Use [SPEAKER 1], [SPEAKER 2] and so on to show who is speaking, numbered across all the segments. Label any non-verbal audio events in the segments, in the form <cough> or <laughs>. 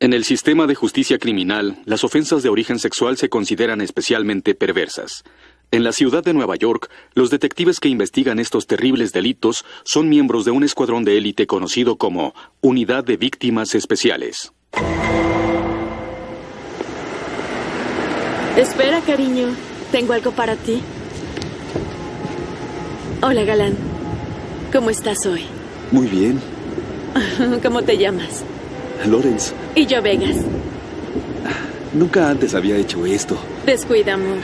[SPEAKER 1] En el sistema de justicia criminal, las ofensas de origen sexual se consideran especialmente perversas. En la ciudad de Nueva York, los detectives que investigan estos terribles delitos son miembros de un escuadrón de élite conocido como Unidad de Víctimas Especiales.
[SPEAKER 2] Espera, cariño. Tengo algo para ti. Hola, galán. ¿Cómo estás hoy? <laughs>
[SPEAKER 3] Muy bien,
[SPEAKER 2] ¿Cómo te llamas?
[SPEAKER 3] Lawrence.
[SPEAKER 2] Y yo, Vegas.
[SPEAKER 3] Nunca antes había hecho esto.
[SPEAKER 2] Descuida, amor.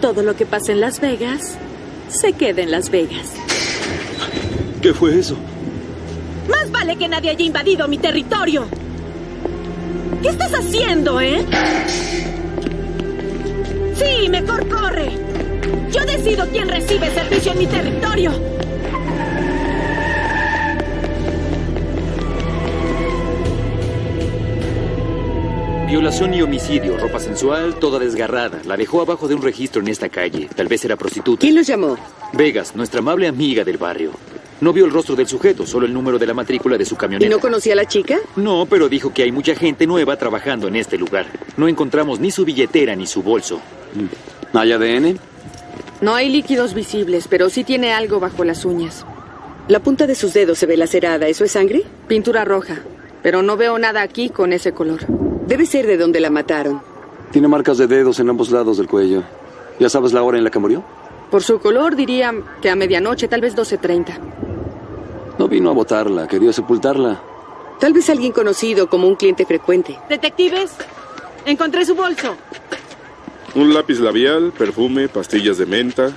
[SPEAKER 2] Todo lo que pasa en Las Vegas se queda en Las Vegas.
[SPEAKER 3] ¿Qué fue eso?
[SPEAKER 2] Más vale que nadie haya invadido mi territorio. ¿Qué estás haciendo, eh? Sí, mejor corre. Yo decido quién recibe servicio en mi territorio.
[SPEAKER 4] Violación y homicidio, ropa sensual, toda desgarrada. La dejó abajo de un registro en esta calle. Tal vez era prostituta.
[SPEAKER 5] ¿Quién los llamó?
[SPEAKER 4] Vegas, nuestra amable amiga del barrio. No vio el rostro del sujeto, solo el número de la matrícula de su
[SPEAKER 5] ¿Y
[SPEAKER 4] camioneta.
[SPEAKER 5] no conocía a la chica?
[SPEAKER 4] No, pero dijo que hay mucha gente nueva trabajando en este lugar. No encontramos ni su billetera ni su bolso.
[SPEAKER 3] ¿Hay ADN?
[SPEAKER 6] No hay líquidos visibles, pero sí tiene algo bajo las uñas.
[SPEAKER 5] La punta de sus dedos se ve lacerada. ¿Eso es sangre?
[SPEAKER 6] Pintura roja, pero no veo nada aquí con ese color.
[SPEAKER 5] Debe ser de donde la mataron.
[SPEAKER 3] Tiene marcas de dedos en ambos lados del cuello. ¿Ya sabes la hora en la que murió?
[SPEAKER 6] Por su color diría que a medianoche, tal vez 12.30.
[SPEAKER 3] No vino a botarla, quería sepultarla.
[SPEAKER 5] Tal vez alguien conocido como un cliente frecuente.
[SPEAKER 2] Detectives, encontré su bolso.
[SPEAKER 7] Un lápiz labial, perfume, pastillas de menta,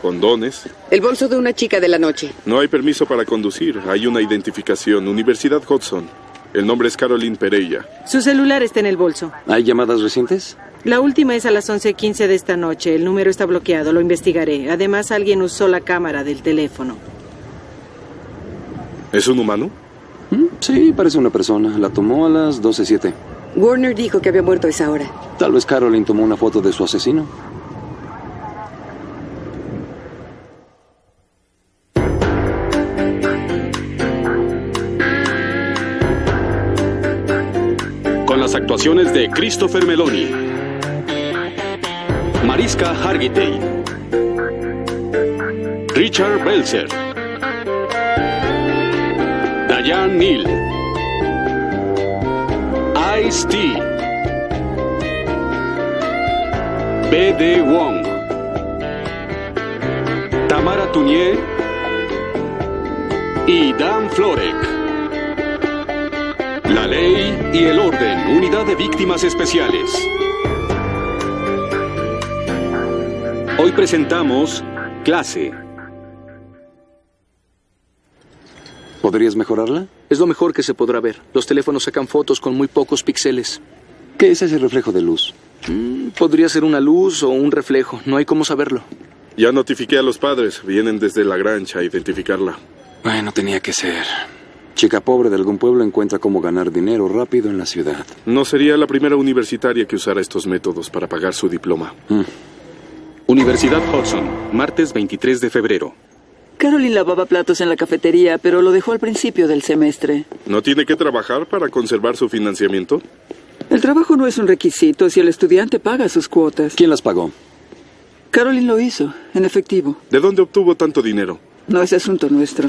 [SPEAKER 7] condones.
[SPEAKER 5] El bolso de una chica de la noche.
[SPEAKER 7] No hay permiso para conducir. Hay una identificación. Universidad Hudson. El nombre es Caroline Pereira.
[SPEAKER 8] Su celular está en el bolso.
[SPEAKER 3] ¿Hay llamadas recientes?
[SPEAKER 8] La última es a las 11.15 de esta noche. El número está bloqueado, lo investigaré. Además, alguien usó la cámara del teléfono.
[SPEAKER 7] ¿Es un humano?
[SPEAKER 3] Mm, Sí, parece una persona. La tomó a las 12.07.
[SPEAKER 5] Warner dijo que había muerto a esa hora.
[SPEAKER 3] Tal vez Caroline tomó una foto de su asesino.
[SPEAKER 1] Con las actuaciones de Christopher Meloni, Mariska Hargitay, Richard Belzer, Diane Neal, Ice-T, B.D. Wong, Tamara Tunier y Dan Florek. La ley y el orden, unidad de víctimas especiales. Hoy presentamos clase.
[SPEAKER 3] ¿Podrías mejorarla?
[SPEAKER 9] Es lo mejor que se podrá ver. Los teléfonos sacan fotos con muy pocos píxeles.
[SPEAKER 3] ¿Qué es ese reflejo de luz?
[SPEAKER 7] Mm.
[SPEAKER 9] Podría ser una luz o un reflejo. No hay cómo saberlo.
[SPEAKER 7] Ya notifiqué a los padres. Vienen desde la granja a identificarla.
[SPEAKER 3] Bueno, tenía que ser. Chica pobre de algún pueblo encuentra cómo ganar dinero rápido en la ciudad.
[SPEAKER 7] No sería la primera universitaria que usara estos métodos para pagar su diploma.
[SPEAKER 3] Mm.
[SPEAKER 1] Universidad Hudson, martes 23 de febrero.
[SPEAKER 10] Caroline lavaba platos en la cafetería, pero lo dejó al principio del semestre.
[SPEAKER 7] ¿No tiene que trabajar para conservar su financiamiento?
[SPEAKER 10] El trabajo no es un requisito si el estudiante paga sus cuotas.
[SPEAKER 3] ¿Quién las pagó?
[SPEAKER 10] Caroline lo hizo, en efectivo.
[SPEAKER 7] ¿De dónde obtuvo tanto dinero?
[SPEAKER 10] No es asunto nuestro.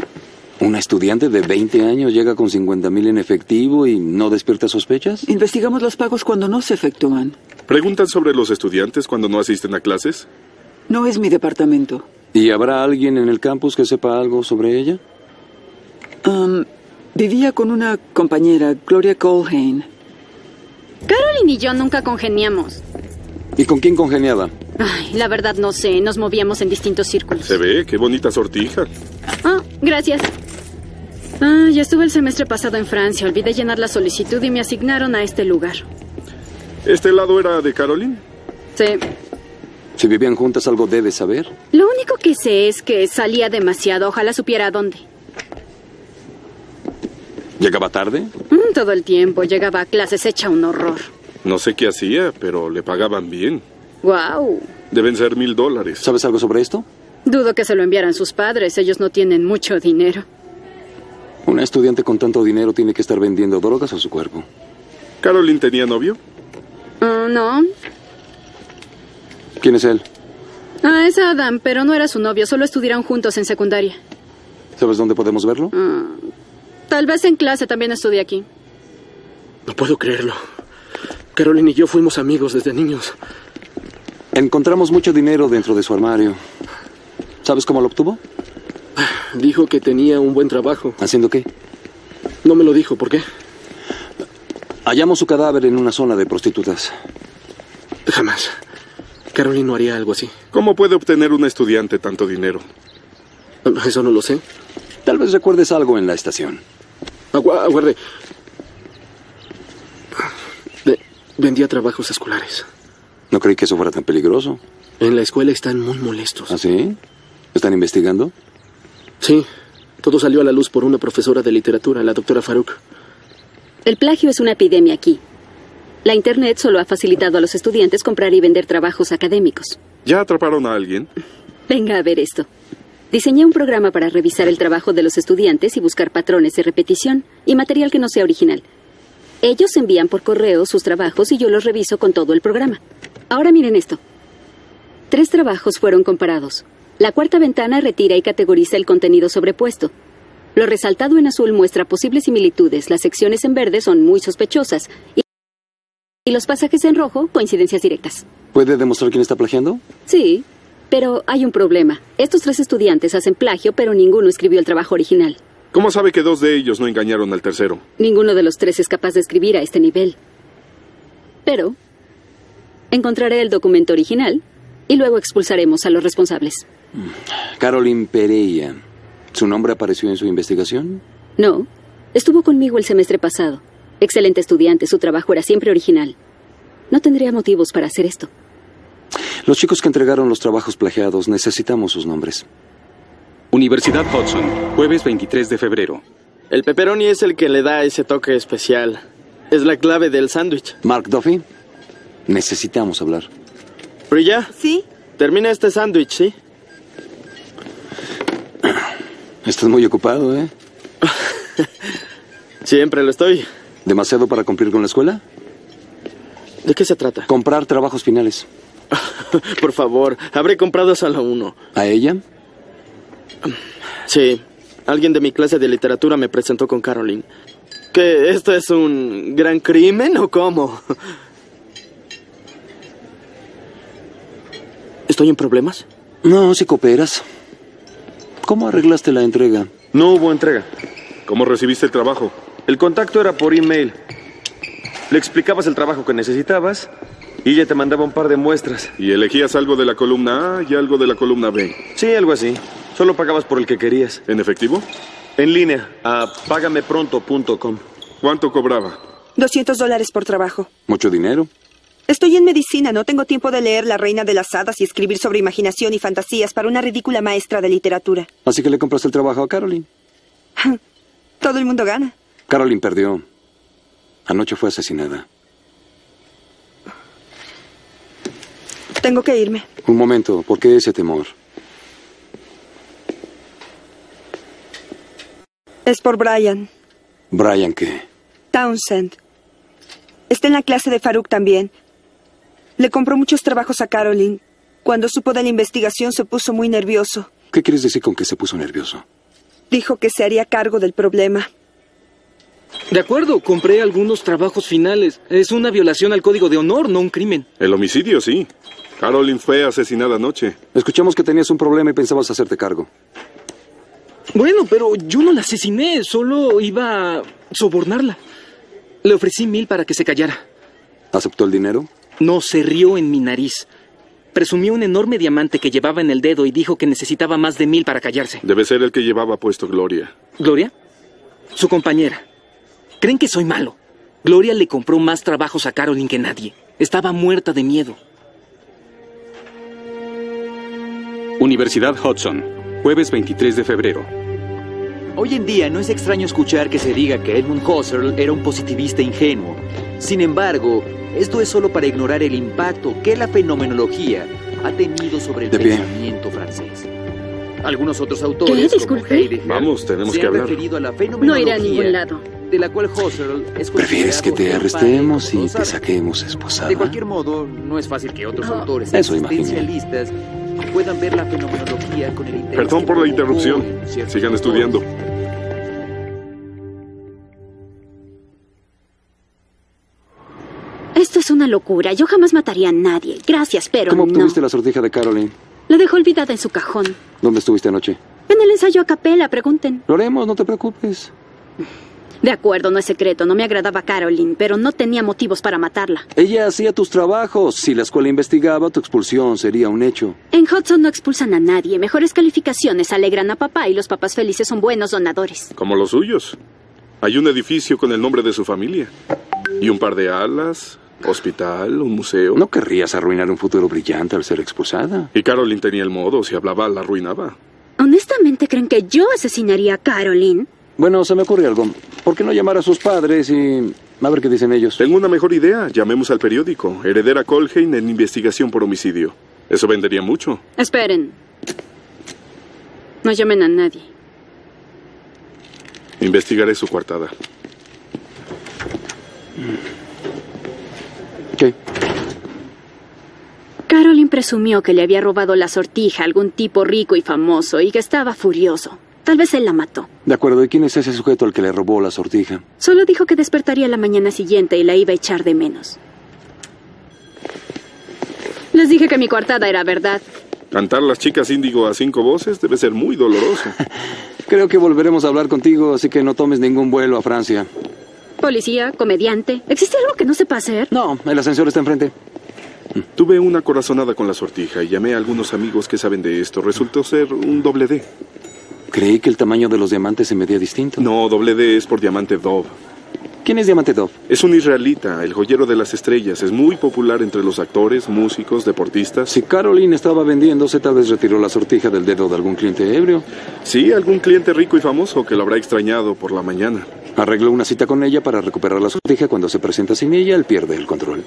[SPEAKER 3] ¿Una estudiante de 20 años llega con 50 mil en efectivo y no despierta sospechas?
[SPEAKER 10] Investigamos los pagos cuando no se efectúan.
[SPEAKER 7] ¿Preguntan sobre los estudiantes cuando no asisten a clases?
[SPEAKER 10] No es mi departamento.
[SPEAKER 3] ¿Y habrá alguien en el campus que sepa algo sobre ella?
[SPEAKER 10] Am, vivía con una compañera, Gloria Colhane.
[SPEAKER 11] Caroline y yo nunca congeniamos.
[SPEAKER 3] ¿Y con quién congeniaba?
[SPEAKER 11] Ay, la verdad no sé, nos movíamos en distintos círculos.
[SPEAKER 7] Se ve, qué bonita sortija.
[SPEAKER 11] Ah, gracias. Ah, ya estuve el semestre pasado en Francia, olvidé llenar la solicitud y me asignaron a este lugar.
[SPEAKER 7] ¿Este lado era de Caroline?
[SPEAKER 11] Sí.
[SPEAKER 3] Si vivían juntas algo debe saber.
[SPEAKER 11] Lo único que sé es que salía demasiado, ojalá supiera a dónde.
[SPEAKER 3] ¿Llegaba tarde?
[SPEAKER 11] Mm, todo el tiempo llegaba a clases hecha un horror.
[SPEAKER 7] No sé qué hacía, pero le pagaban bien.
[SPEAKER 11] Wow.
[SPEAKER 7] Deben ser mil dólares.
[SPEAKER 3] ¿Sabes algo sobre esto?
[SPEAKER 11] Dudo que se lo enviaran sus padres, ellos no tienen mucho dinero.
[SPEAKER 3] Una estudiante con tanto dinero tiene que estar vendiendo drogas a su cuerpo.
[SPEAKER 7] ¿Caroline tenía novio?
[SPEAKER 11] Ah, no.
[SPEAKER 3] ¿Quién es él?
[SPEAKER 11] Ah, es Adam, pero no era su novio, solo estudiaron juntos en secundaria.
[SPEAKER 3] ¿Sabes dónde podemos verlo?
[SPEAKER 11] Ah, tal vez en clase también estudié aquí.
[SPEAKER 12] No puedo creerlo. Caroline y yo fuimos amigos desde niños.
[SPEAKER 3] Encontramos mucho dinero dentro de su armario. ¿Sabes cómo lo obtuvo?
[SPEAKER 12] Dijo que tenía un buen trabajo.
[SPEAKER 3] ¿Haciendo qué?
[SPEAKER 12] No me lo dijo, ¿por qué?
[SPEAKER 3] Hallamos su cadáver en una zona de prostitutas.
[SPEAKER 12] Jamás. Caroline no haría algo así.
[SPEAKER 7] ¿Cómo puede obtener un estudiante tanto dinero?
[SPEAKER 12] Eso no lo sé.
[SPEAKER 3] Tal vez recuerdes algo en la estación.
[SPEAKER 12] Agu- aguarde. Ve- vendía trabajos escolares.
[SPEAKER 3] No creí que eso fuera tan peligroso.
[SPEAKER 12] En la escuela están muy molestos.
[SPEAKER 3] ¿Ah, sí? ¿Están investigando?
[SPEAKER 12] Sí. Todo salió a la luz por una profesora de literatura, la doctora Farouk.
[SPEAKER 13] El plagio es una epidemia aquí. La Internet solo ha facilitado a los estudiantes comprar y vender trabajos académicos.
[SPEAKER 7] ¿Ya atraparon a alguien?
[SPEAKER 13] Venga a ver esto. Diseñé un programa para revisar el trabajo de los estudiantes y buscar patrones de repetición y material que no sea original. Ellos envían por correo sus trabajos y yo los reviso con todo el programa. Ahora miren esto. Tres trabajos fueron comparados. La cuarta ventana retira y categoriza el contenido sobrepuesto. Lo resaltado en azul muestra posibles similitudes, las secciones en verde son muy sospechosas y y los pasajes en rojo coincidencias directas.
[SPEAKER 3] ¿Puede demostrar quién está plagiando?
[SPEAKER 13] Sí, pero hay un problema. Estos tres estudiantes hacen plagio, pero ninguno escribió el trabajo original.
[SPEAKER 7] ¿Cómo sabe que dos de ellos no engañaron al tercero?
[SPEAKER 13] Ninguno de los tres es capaz de escribir a este nivel. Pero encontraré el documento original y luego expulsaremos a los responsables.
[SPEAKER 3] Caroline Pereira. ¿Su nombre apareció en su investigación?
[SPEAKER 13] No, estuvo conmigo el semestre pasado. Excelente estudiante, su trabajo era siempre original. No tendría motivos para hacer esto.
[SPEAKER 3] Los chicos que entregaron los trabajos plagiados, necesitamos sus nombres.
[SPEAKER 1] Universidad Hudson, jueves 23 de febrero.
[SPEAKER 14] El pepperoni es el que le da ese toque especial. Es la clave del sándwich.
[SPEAKER 3] Mark Duffy, necesitamos hablar.
[SPEAKER 14] ¿Brilla?
[SPEAKER 15] Sí.
[SPEAKER 14] Termina este sándwich, ¿sí?
[SPEAKER 3] Estás muy ocupado, ¿eh?
[SPEAKER 14] <laughs> Siempre lo estoy.
[SPEAKER 3] ¿Demasiado para cumplir con la escuela?
[SPEAKER 14] ¿De qué se trata?
[SPEAKER 3] Comprar trabajos finales.
[SPEAKER 14] <laughs> Por favor, habré comprado solo uno.
[SPEAKER 3] ¿A ella?
[SPEAKER 14] Sí. Alguien de mi clase de literatura me presentó con Caroline. ¿Que esto es un gran crimen o cómo? <laughs> ¿Estoy en problemas?
[SPEAKER 3] No, si cooperas. ¿Cómo arreglaste la entrega?
[SPEAKER 16] No hubo entrega.
[SPEAKER 7] ¿Cómo recibiste el trabajo?
[SPEAKER 16] El contacto era por email. Le explicabas el trabajo que necesitabas y ella te mandaba un par de muestras.
[SPEAKER 7] ¿Y elegías algo de la columna A y algo de la columna B?
[SPEAKER 16] Sí, algo así. Solo pagabas por el que querías.
[SPEAKER 7] ¿En efectivo?
[SPEAKER 16] En línea, a pagamepronto.com.
[SPEAKER 7] ¿Cuánto cobraba?
[SPEAKER 15] 200 dólares por trabajo.
[SPEAKER 3] Mucho dinero.
[SPEAKER 15] Estoy en medicina, no tengo tiempo de leer La Reina de las Hadas y escribir sobre imaginación y fantasías para una ridícula maestra de literatura.
[SPEAKER 3] Así que le compraste el trabajo a Caroline.
[SPEAKER 15] Todo el mundo gana.
[SPEAKER 3] Caroline perdió. Anoche fue asesinada.
[SPEAKER 15] Tengo que irme.
[SPEAKER 3] Un momento, ¿por qué ese temor?
[SPEAKER 15] Es por Brian
[SPEAKER 3] Brian, ¿qué?
[SPEAKER 15] Townsend. Está en la clase de Farouk también. Le compró muchos trabajos a Caroline. Cuando supo de la investigación se puso muy nervioso.
[SPEAKER 3] ¿Qué quieres decir con que se puso nervioso?
[SPEAKER 15] Dijo que se haría cargo del problema.
[SPEAKER 17] De acuerdo, compré algunos trabajos finales. Es una violación al código de honor, no un crimen.
[SPEAKER 7] El homicidio, sí. Caroline fue asesinada anoche.
[SPEAKER 3] Escuchamos que tenías un problema y pensabas hacerte cargo.
[SPEAKER 17] Bueno, pero yo no la asesiné, solo iba a sobornarla. Le ofrecí mil para que se callara.
[SPEAKER 3] ¿Aceptó el dinero?
[SPEAKER 17] No, se rió en mi nariz. Presumió un enorme diamante que llevaba en el dedo y dijo que necesitaba más de mil para callarse.
[SPEAKER 7] Debe ser el que llevaba puesto Gloria.
[SPEAKER 17] ¿Gloria? Su compañera. ¿Creen que soy malo? Gloria le compró más trabajos a Caroline que nadie. Estaba muerta de miedo.
[SPEAKER 1] Universidad Hudson, jueves 23 de febrero.
[SPEAKER 4] Hoy en día no es extraño escuchar que se diga que Edmund Husserl era un positivista ingenuo. Sin embargo, esto es solo para ignorar el impacto que la fenomenología ha tenido sobre el
[SPEAKER 3] De pie.
[SPEAKER 4] pensamiento francés. Algunos otros autores,
[SPEAKER 17] ¿Qué? Disculpe.
[SPEAKER 4] como Heidegger,
[SPEAKER 7] Vamos, tenemos
[SPEAKER 4] se
[SPEAKER 7] que
[SPEAKER 4] han
[SPEAKER 7] hablar.
[SPEAKER 4] referido a la
[SPEAKER 17] No iré a
[SPEAKER 4] fenomenología,
[SPEAKER 17] ningún lado.
[SPEAKER 4] de la cual Husserl es
[SPEAKER 3] ¿Prefieres que te
[SPEAKER 4] considerado
[SPEAKER 3] arrestemos y
[SPEAKER 4] el
[SPEAKER 3] te
[SPEAKER 4] padre.
[SPEAKER 3] saquemos
[SPEAKER 4] De
[SPEAKER 3] esposada?
[SPEAKER 4] cualquier modo, no es fácil que otros
[SPEAKER 3] Ah.
[SPEAKER 4] autores
[SPEAKER 3] Eso imaginé.
[SPEAKER 4] existencialistas puedan ver la fenomenología con el interés
[SPEAKER 7] Perdón
[SPEAKER 4] que
[SPEAKER 7] por la
[SPEAKER 4] provocó
[SPEAKER 7] interrupción.
[SPEAKER 4] en ciertos
[SPEAKER 7] Sigan
[SPEAKER 4] autores.
[SPEAKER 7] estudiando.
[SPEAKER 11] Esto es una locura. Yo jamás mataría a nadie. Gracias, pero
[SPEAKER 3] ¿Cómo
[SPEAKER 11] no.
[SPEAKER 3] obtuviste la sortija de Caroline?
[SPEAKER 11] La dejó olvidada en su cajón.
[SPEAKER 3] ¿Dónde estuviste anoche?
[SPEAKER 11] En el ensayo a capela, pregunten.
[SPEAKER 3] Lo haremos, no te preocupes.
[SPEAKER 11] De acuerdo, no es secreto. No me agradaba Caroline, pero no tenía motivos para matarla.
[SPEAKER 3] Ella hacía tus trabajos. Si la escuela investigaba, tu expulsión sería un hecho.
[SPEAKER 11] En Hudson no expulsan a nadie. Mejores calificaciones alegran a papá y los papás felices son buenos donadores.
[SPEAKER 7] Como los suyos. Hay un edificio con el nombre de su familia. Y un par de alas, hospital, un museo.
[SPEAKER 3] No querrías arruinar un futuro brillante al ser expulsada.
[SPEAKER 7] Y Caroline tenía el modo, si hablaba, la arruinaba.
[SPEAKER 11] Honestamente, ¿creen que yo asesinaría a Caroline?
[SPEAKER 3] Bueno, se me ocurre algo. ¿Por qué no llamar a sus padres y a ver qué dicen ellos?
[SPEAKER 7] Tengo una mejor idea. Llamemos al periódico. Heredera Colheim en investigación por homicidio. Eso vendería mucho.
[SPEAKER 17] Esperen. No llamen a nadie.
[SPEAKER 7] Investigaré su coartada.
[SPEAKER 11] Caroline presumió que le había robado la sortija a algún tipo rico y famoso y que estaba furioso. Tal vez él la mató.
[SPEAKER 3] De acuerdo, ¿y quién es ese sujeto al que le robó la sortija?
[SPEAKER 11] Solo dijo que despertaría la mañana siguiente y la iba a echar de menos. Les dije que mi coartada era verdad.
[SPEAKER 7] Cantar las chicas índigo a cinco voces debe ser muy doloroso.
[SPEAKER 3] <laughs> Creo que volveremos a hablar contigo, así que no tomes ningún vuelo a Francia.
[SPEAKER 11] Policía, comediante. ¿Existe algo que no sepa hacer?
[SPEAKER 3] No. El ascensor está enfrente.
[SPEAKER 7] Tuve una corazonada con la sortija y llamé a algunos amigos que saben de esto. Resultó ser un doble D.
[SPEAKER 3] Creí que el tamaño de los diamantes se medía distinto.
[SPEAKER 7] No, doble D es por diamante Dove.
[SPEAKER 3] ¿Quién es Diamante Dove?
[SPEAKER 7] Es un israelita, el joyero de las estrellas. Es muy popular entre los actores, músicos, deportistas.
[SPEAKER 3] Si Caroline estaba vendiéndose, tal vez retiró la sortija del dedo de algún cliente ebrio.
[SPEAKER 7] Sí, algún cliente rico y famoso que lo habrá extrañado por la mañana.
[SPEAKER 3] Arregló una cita con ella para recuperar la sortija. Cuando se presenta sin ella, él pierde el control.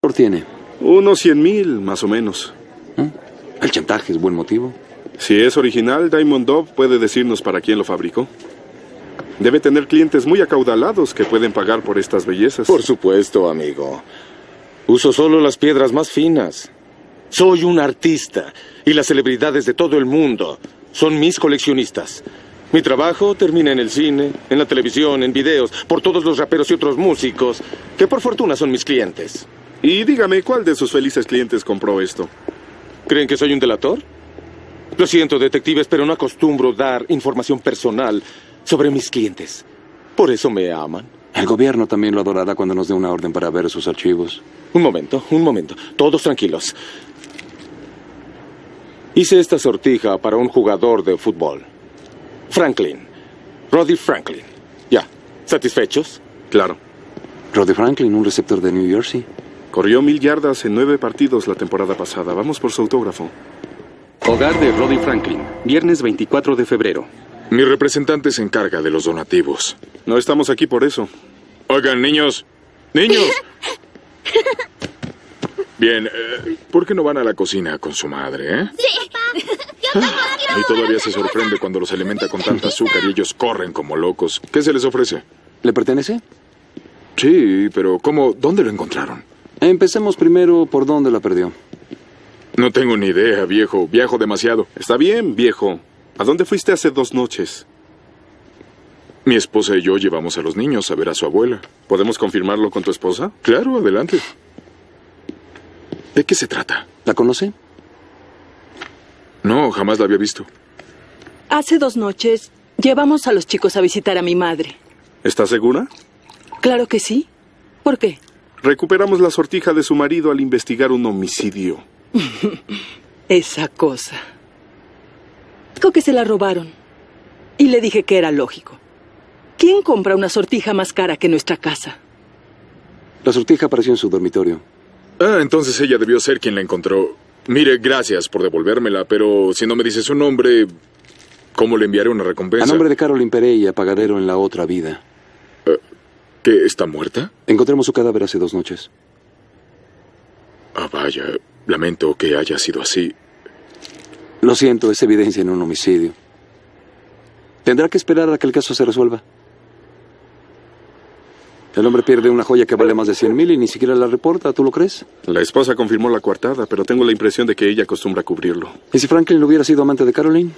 [SPEAKER 3] ¿Por tiene? ¿Eh?
[SPEAKER 7] Unos 100 mil, más o menos.
[SPEAKER 3] El chantaje es buen motivo.
[SPEAKER 7] Si es original, Diamond Dove puede decirnos para quién lo fabricó. Debe tener clientes muy acaudalados que pueden pagar por estas bellezas.
[SPEAKER 18] Por supuesto, amigo. Uso solo las piedras más finas. Soy un artista y las celebridades de todo el mundo son mis coleccionistas. Mi trabajo termina en el cine, en la televisión, en videos, por todos los raperos y otros músicos, que por fortuna son mis clientes.
[SPEAKER 7] Y dígame, ¿cuál de sus felices clientes compró esto?
[SPEAKER 18] ¿Creen que soy un delator? Lo siento, detectives, pero no acostumbro dar información personal sobre mis clientes. Por eso me aman.
[SPEAKER 3] El gobierno también lo adorará cuando nos dé una orden para ver sus archivos.
[SPEAKER 18] Un momento, un momento. Todos tranquilos. Hice esta sortija para un jugador de fútbol. Franklin. Roddy Franklin. Ya. ¿Satisfechos?
[SPEAKER 7] Claro.
[SPEAKER 3] Roddy Franklin, un receptor de New Jersey.
[SPEAKER 7] Corrió mil yardas en nueve partidos la temporada pasada. Vamos por su autógrafo.
[SPEAKER 19] Hogar de Roddy Franklin, viernes 24 de febrero.
[SPEAKER 20] Mi representante se encarga de los donativos.
[SPEAKER 7] No estamos aquí por eso.
[SPEAKER 20] Oigan, niños. ¡Niños! Bien, eh, ¿por qué no van a la cocina con su madre, eh? Y todavía se sorprende cuando los alimenta con tanta azúcar y ellos corren como locos. ¿Qué se les ofrece?
[SPEAKER 3] ¿Le pertenece?
[SPEAKER 20] Sí, pero ¿cómo? ¿Dónde lo encontraron?
[SPEAKER 3] Empecemos primero por dónde la perdió.
[SPEAKER 20] No tengo ni idea, viejo. Viajo demasiado.
[SPEAKER 7] Está bien, viejo. ¿A dónde fuiste hace dos noches?
[SPEAKER 20] Mi esposa y yo llevamos a los niños a ver a su abuela.
[SPEAKER 7] ¿Podemos confirmarlo con tu esposa?
[SPEAKER 20] Claro, adelante. ¿De qué se trata?
[SPEAKER 3] ¿La conoce?
[SPEAKER 20] No, jamás la había visto.
[SPEAKER 21] Hace dos noches llevamos a los chicos a visitar a mi madre.
[SPEAKER 7] ¿Estás segura?
[SPEAKER 21] Claro que sí. ¿Por qué?
[SPEAKER 7] Recuperamos la sortija de su marido al investigar un homicidio.
[SPEAKER 21] Esa cosa. Dijo que se la robaron. Y le dije que era lógico. ¿Quién compra una sortija más cara que nuestra casa?
[SPEAKER 3] La sortija apareció en su dormitorio.
[SPEAKER 20] Ah, entonces ella debió ser quien la encontró. Mire, gracias por devolvérmela, pero si no me dice su nombre, ¿cómo le enviaré una
[SPEAKER 3] A
[SPEAKER 20] recompensa?
[SPEAKER 3] nombre de Caroline Pereira, pagadero en la otra vida.
[SPEAKER 20] Eh, ¿Que está muerta?
[SPEAKER 3] Encontramos su cadáver hace dos noches.
[SPEAKER 20] Ah, vaya, lamento que haya sido así.
[SPEAKER 3] Lo siento, es evidencia en un homicidio. Tendrá que esperar a que el caso se resuelva. El hombre pierde una joya que vale más de 100 mil y ni siquiera la reporta, ¿tú lo crees?
[SPEAKER 7] La esposa confirmó la coartada, pero tengo la impresión de que ella acostumbra cubrirlo.
[SPEAKER 3] ¿Y si Franklin hubiera sido amante de Caroline?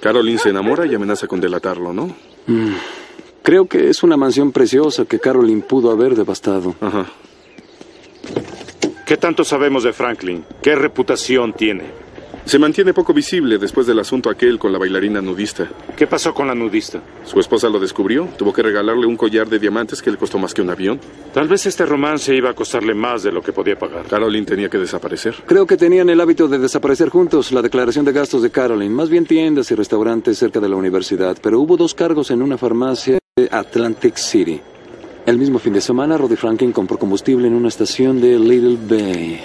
[SPEAKER 7] Caroline se enamora y amenaza con delatarlo, ¿no?
[SPEAKER 3] Mm. Creo que es una mansión preciosa que Caroline pudo haber devastado. Ajá.
[SPEAKER 22] ¿Qué tanto sabemos de Franklin? ¿Qué reputación tiene?
[SPEAKER 7] Se mantiene poco visible después del asunto aquel con la bailarina nudista.
[SPEAKER 22] ¿Qué pasó con la nudista?
[SPEAKER 7] Su esposa lo descubrió, tuvo que regalarle un collar de diamantes que le costó más que un avión.
[SPEAKER 22] Tal vez este romance iba a costarle más de lo que podía pagar.
[SPEAKER 7] Caroline tenía que desaparecer.
[SPEAKER 3] Creo que tenían el hábito de desaparecer juntos, la declaración de gastos de Caroline, más bien tiendas y restaurantes cerca de la universidad, pero hubo dos cargos en una farmacia de Atlantic City. El mismo fin de semana, Roddy Franklin compró combustible en una estación de Little Bay,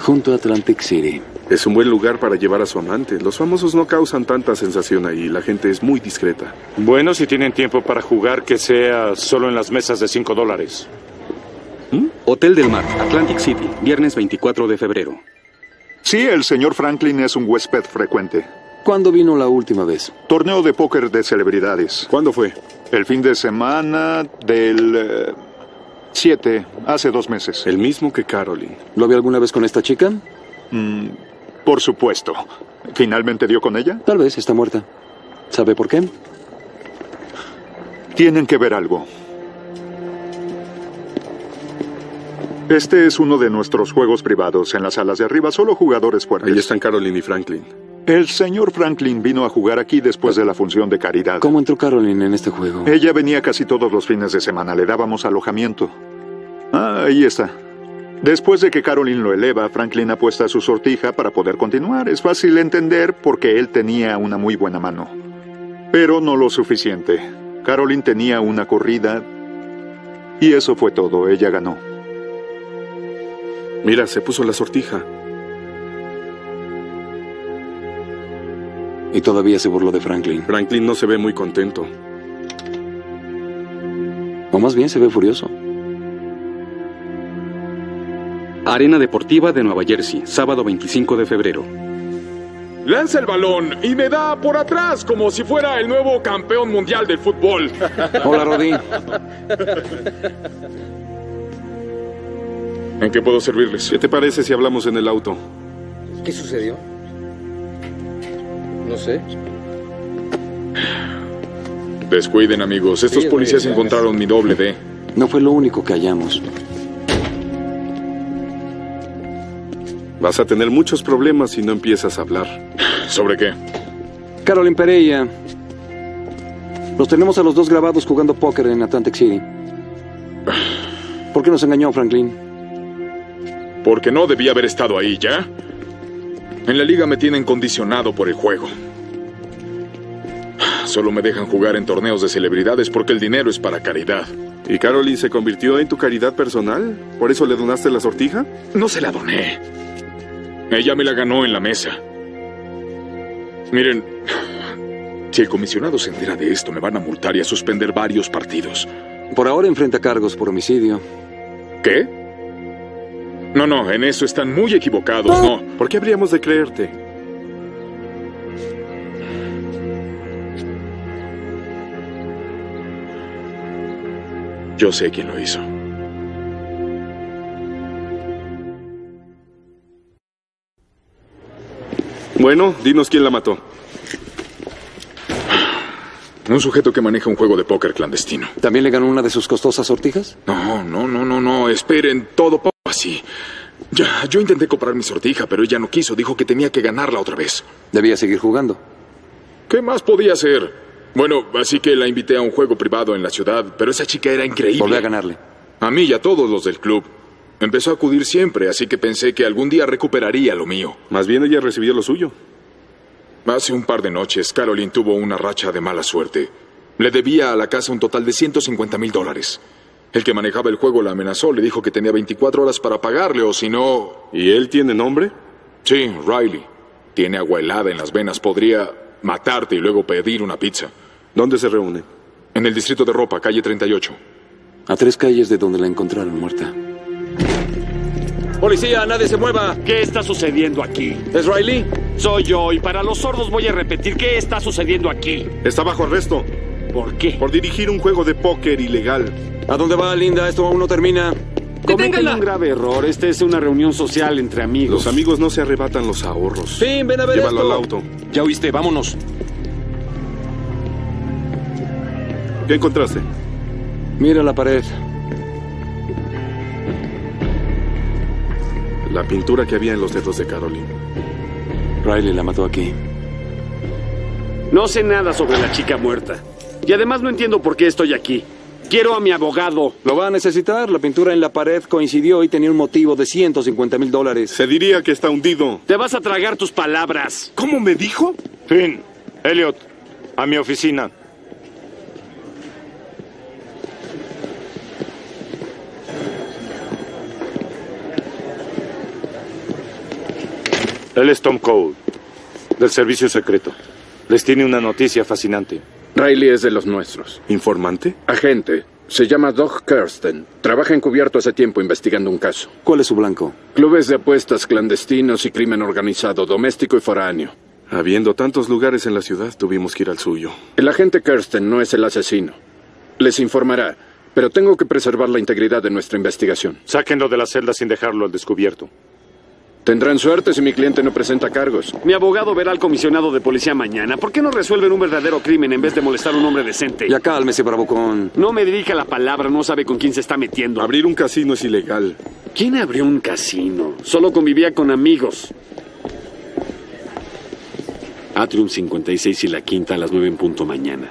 [SPEAKER 3] junto a Atlantic City.
[SPEAKER 7] Es un buen lugar para llevar a su amante. Los famosos no causan tanta sensación ahí. La gente es muy discreta.
[SPEAKER 22] Bueno, si tienen tiempo para jugar, que sea solo en las mesas de 5 dólares.
[SPEAKER 1] Hotel del Mar, Atlantic City, viernes 24 de febrero.
[SPEAKER 23] Sí, el señor Franklin es un huésped frecuente.
[SPEAKER 3] ¿Cuándo vino la última vez?
[SPEAKER 23] Torneo de póker de celebridades.
[SPEAKER 7] ¿Cuándo fue?
[SPEAKER 23] El fin de semana del 7, hace dos meses.
[SPEAKER 7] El mismo que Caroline.
[SPEAKER 3] ¿Lo vi alguna vez con esta chica?
[SPEAKER 23] Mm, por supuesto. ¿Finalmente dio con ella?
[SPEAKER 3] Tal vez está muerta. ¿Sabe por qué?
[SPEAKER 23] Tienen que ver algo. Este es uno de nuestros juegos privados. En las salas de arriba, solo jugadores fuertes.
[SPEAKER 7] Ahí están Caroline y Franklin.
[SPEAKER 23] El señor Franklin vino a jugar aquí después de la función de caridad.
[SPEAKER 3] ¿Cómo entró Caroline en este juego?
[SPEAKER 23] Ella venía casi todos los fines de semana. Le dábamos alojamiento. Ah, ahí está. Después de que Caroline lo eleva, Franklin apuesta a su sortija para poder continuar. Es fácil entender porque él tenía una muy buena mano. Pero no lo suficiente. Caroline tenía una corrida y eso fue todo. Ella ganó.
[SPEAKER 7] Mira, se puso la sortija.
[SPEAKER 3] Y todavía se burló de Franklin.
[SPEAKER 7] Franklin no se ve muy contento.
[SPEAKER 3] O más bien se ve furioso.
[SPEAKER 1] Arena Deportiva de Nueva Jersey, sábado 25 de febrero.
[SPEAKER 20] Lanza el balón y me da por atrás como si fuera el nuevo campeón mundial del fútbol.
[SPEAKER 3] <laughs> Hola, Roddy.
[SPEAKER 20] ¿En qué puedo servirles?
[SPEAKER 7] ¿Qué te parece si hablamos en el auto?
[SPEAKER 24] ¿Qué sucedió? No sé.
[SPEAKER 20] Descuiden, amigos. Estos
[SPEAKER 24] Sí,
[SPEAKER 20] policías
[SPEAKER 24] güey,
[SPEAKER 20] encontraron mi doble D.
[SPEAKER 3] No fue lo único que hallamos.
[SPEAKER 7] Vas a tener muchos problemas si no empiezas a hablar.
[SPEAKER 20] ¿Sobre qué?
[SPEAKER 3] Caroline Pereira. Los tenemos a los dos grabados jugando póker en Atlantic City. ¿Por qué nos engañó Franklin?
[SPEAKER 20] Porque no debía haber estado ahí ya. En la liga me tienen condicionado por el juego. Solo me dejan jugar en torneos de celebridades porque el dinero es para caridad.
[SPEAKER 7] ¿Y Caroline se convirtió en tu caridad personal? ¿Por eso le donaste la sortija?
[SPEAKER 20] No se la doné. Ella me la ganó en la mesa. Miren, si el comisionado se entera de esto, me van a multar y a suspender varios partidos.
[SPEAKER 3] Por ahora enfrenta cargos por homicidio.
[SPEAKER 20] ¿Qué? No, no, en eso están muy equivocados, no.
[SPEAKER 7] ¿Por qué habríamos de creerte?
[SPEAKER 20] Yo sé quién lo hizo.
[SPEAKER 7] Bueno, dinos quién la mató.
[SPEAKER 20] Un sujeto que maneja un juego de póker clandestino.
[SPEAKER 3] ¿También le ganó una de sus costosas sortijas?
[SPEAKER 20] No, no, no, no, no, esperen, todo poco así. Ya, yo intenté comprar mi sortija, pero ella no quiso, dijo que tenía que ganarla otra vez.
[SPEAKER 3] Debía seguir jugando.
[SPEAKER 20] ¿Qué más podía hacer? Bueno, así que la invité a un juego privado en la ciudad, pero esa chica era increíble.
[SPEAKER 3] Volví a ganarle.
[SPEAKER 20] A mí y a todos los del club. Empezó a acudir siempre, así que pensé que algún día recuperaría lo mío.
[SPEAKER 7] Más bien ella recibió lo suyo.
[SPEAKER 20] Hace un par de noches, Caroline tuvo una racha de mala suerte. Le debía a la casa un total de 150 mil dólares. El que manejaba el juego la amenazó, le dijo que tenía 24 horas para pagarle o si no...
[SPEAKER 7] ¿Y él tiene nombre?
[SPEAKER 20] Sí, Riley. Tiene agua helada en las venas, podría matarte y luego pedir una pizza.
[SPEAKER 7] ¿Dónde se reúne?
[SPEAKER 20] En el distrito de ropa, calle 38.
[SPEAKER 3] A tres calles de donde la encontraron muerta.
[SPEAKER 25] Policía, nadie se mueva. ¿Qué está sucediendo aquí?
[SPEAKER 7] ¿Es Riley?
[SPEAKER 25] Soy yo y para los sordos voy a repetir qué está sucediendo aquí.
[SPEAKER 7] Está bajo arresto.
[SPEAKER 25] ¿Por qué?
[SPEAKER 7] Por dirigir un juego de póker ilegal.
[SPEAKER 3] ¿A dónde va, Linda? Esto aún no termina.
[SPEAKER 25] Cometen
[SPEAKER 7] un grave error. Esta es una reunión social entre amigos. Los amigos no se arrebatan los ahorros.
[SPEAKER 25] Finn, ven a ver
[SPEAKER 7] Llévalo
[SPEAKER 25] esto.
[SPEAKER 7] al auto.
[SPEAKER 25] Ya oíste, vámonos.
[SPEAKER 7] ¿Qué encontraste?
[SPEAKER 3] Mira la pared.
[SPEAKER 7] La pintura que había en los dedos de Caroline.
[SPEAKER 3] Riley la mató aquí.
[SPEAKER 25] No sé nada sobre la chica muerta. Y además no entiendo por qué estoy aquí. Quiero a mi abogado.
[SPEAKER 3] Lo va a necesitar. La pintura en la pared coincidió y tenía un motivo de 150 mil dólares.
[SPEAKER 7] Se diría que está hundido.
[SPEAKER 25] Te vas a tragar tus palabras.
[SPEAKER 7] ¿Cómo me dijo?
[SPEAKER 22] Finn, Elliot, a mi oficina. Él es Tom Cole, del Servicio Secreto. Les tiene una noticia fascinante.
[SPEAKER 26] Riley es de los nuestros.
[SPEAKER 7] ¿Informante?
[SPEAKER 26] Agente. Se llama Doug Kirsten. Trabaja encubierto hace tiempo investigando un caso.
[SPEAKER 3] ¿Cuál es su blanco?
[SPEAKER 26] Clubes de apuestas clandestinos y crimen organizado, doméstico y foráneo.
[SPEAKER 7] Habiendo tantos lugares en la ciudad, tuvimos que ir al suyo.
[SPEAKER 26] El agente Kirsten no es el asesino. Les informará, pero tengo que preservar la integridad de nuestra investigación.
[SPEAKER 22] Sáquenlo de la celda sin dejarlo al descubierto.
[SPEAKER 26] Tendrán suerte si mi cliente no presenta cargos.
[SPEAKER 25] Mi abogado verá al comisionado de policía mañana. ¿Por qué no resuelven un verdadero crimen en vez de molestar a un hombre decente?
[SPEAKER 3] Ya cálmese, bravucón.
[SPEAKER 25] No me dirija la palabra, no sabe con quién se está metiendo.
[SPEAKER 7] Abrir un casino es ilegal.
[SPEAKER 25] ¿Quién abrió un casino? Solo convivía con amigos. Atrium 56 y la quinta a las 9 en punto mañana.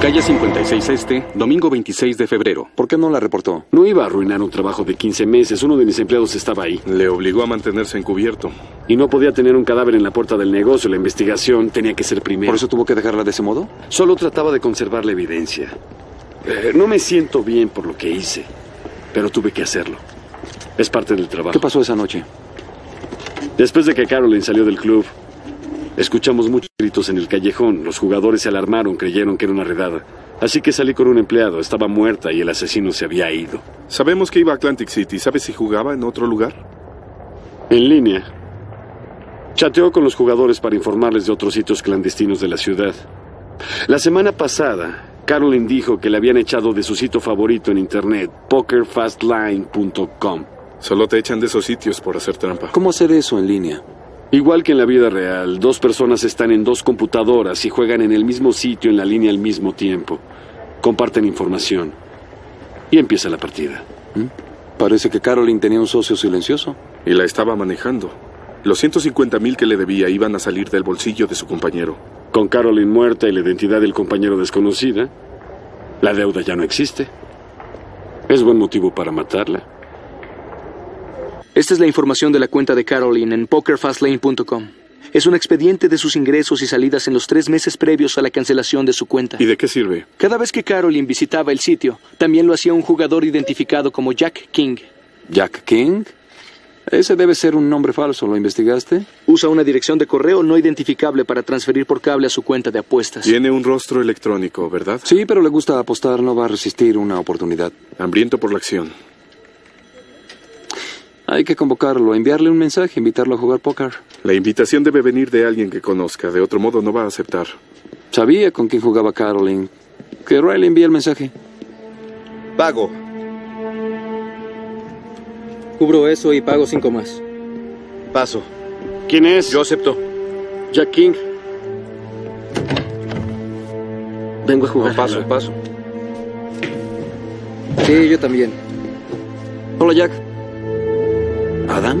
[SPEAKER 1] Calle 56 Este, domingo 26 de febrero.
[SPEAKER 3] ¿Por qué no la reportó?
[SPEAKER 25] No iba a arruinar un trabajo de 15 meses. Uno de mis empleados estaba ahí.
[SPEAKER 7] Le obligó a mantenerse encubierto.
[SPEAKER 25] Y no podía tener un cadáver en la puerta del negocio. La investigación tenía que ser primero.
[SPEAKER 3] ¿Por eso tuvo que dejarla de ese modo?
[SPEAKER 25] Solo trataba de conservar la evidencia. Eh, no me siento bien por lo que hice, pero tuve que hacerlo. Es parte del trabajo.
[SPEAKER 3] ¿Qué pasó esa noche?
[SPEAKER 25] Después de que Caroline salió del club, escuchamos muchos gritos en el callejón. Los jugadores se alarmaron, creyeron que era una redada. Así que salí con un empleado. Estaba muerta y el asesino se había ido.
[SPEAKER 7] Sabemos que iba a Atlantic City. ¿Sabes si jugaba en otro lugar?
[SPEAKER 25] En línea. Chateó con los jugadores para informarles de otros sitios clandestinos de la ciudad. La semana pasada, Caroline dijo que le habían echado de su sitio favorito en internet, pokerfastline.com.
[SPEAKER 7] Solo te echan de esos sitios por hacer trampa.
[SPEAKER 3] ¿Cómo hacer eso en línea?
[SPEAKER 25] Igual que en la vida real, dos personas están en dos computadoras y juegan en el mismo sitio en la línea al mismo tiempo. Comparten información. Y empieza la partida. ¿Mm?
[SPEAKER 3] Parece que Caroline tenía un socio silencioso.
[SPEAKER 7] Y la estaba manejando. Los 150 mil que le debía iban a salir del bolsillo de su compañero.
[SPEAKER 25] Con Caroline muerta y la identidad del compañero desconocida, la deuda ya no existe. Es buen motivo para matarla.
[SPEAKER 24] Esta es la información de la cuenta de Caroline en pokerfastlane.com. Es un expediente de sus ingresos y salidas en los tres meses previos a la cancelación de su cuenta.
[SPEAKER 7] ¿Y de qué sirve?
[SPEAKER 24] Cada vez que Caroline visitaba el sitio, también lo hacía un jugador identificado como Jack King.
[SPEAKER 3] ¿Jack King? Ese debe ser un nombre falso, ¿lo investigaste?
[SPEAKER 24] Usa una dirección de correo no identificable para transferir por cable a su cuenta de apuestas.
[SPEAKER 7] Tiene un rostro electrónico, ¿verdad?
[SPEAKER 3] Sí, pero le gusta apostar, no va a resistir una oportunidad.
[SPEAKER 7] Hambriento por la acción.
[SPEAKER 3] Hay que convocarlo, enviarle un mensaje, invitarlo a jugar póker.
[SPEAKER 7] La invitación debe venir de alguien que conozca, de otro modo no va a aceptar.
[SPEAKER 3] Sabía con quién jugaba Caroline. Que Riley envía el mensaje.
[SPEAKER 27] Pago.
[SPEAKER 24] Cubro eso y pago cinco más.
[SPEAKER 27] Paso.
[SPEAKER 25] ¿Quién es?
[SPEAKER 27] Yo acepto.
[SPEAKER 25] Jack King.
[SPEAKER 27] Vengo a jugar. paso, paso.
[SPEAKER 24] Sí, yo también.
[SPEAKER 3] Hola, Jack. ¿Adam?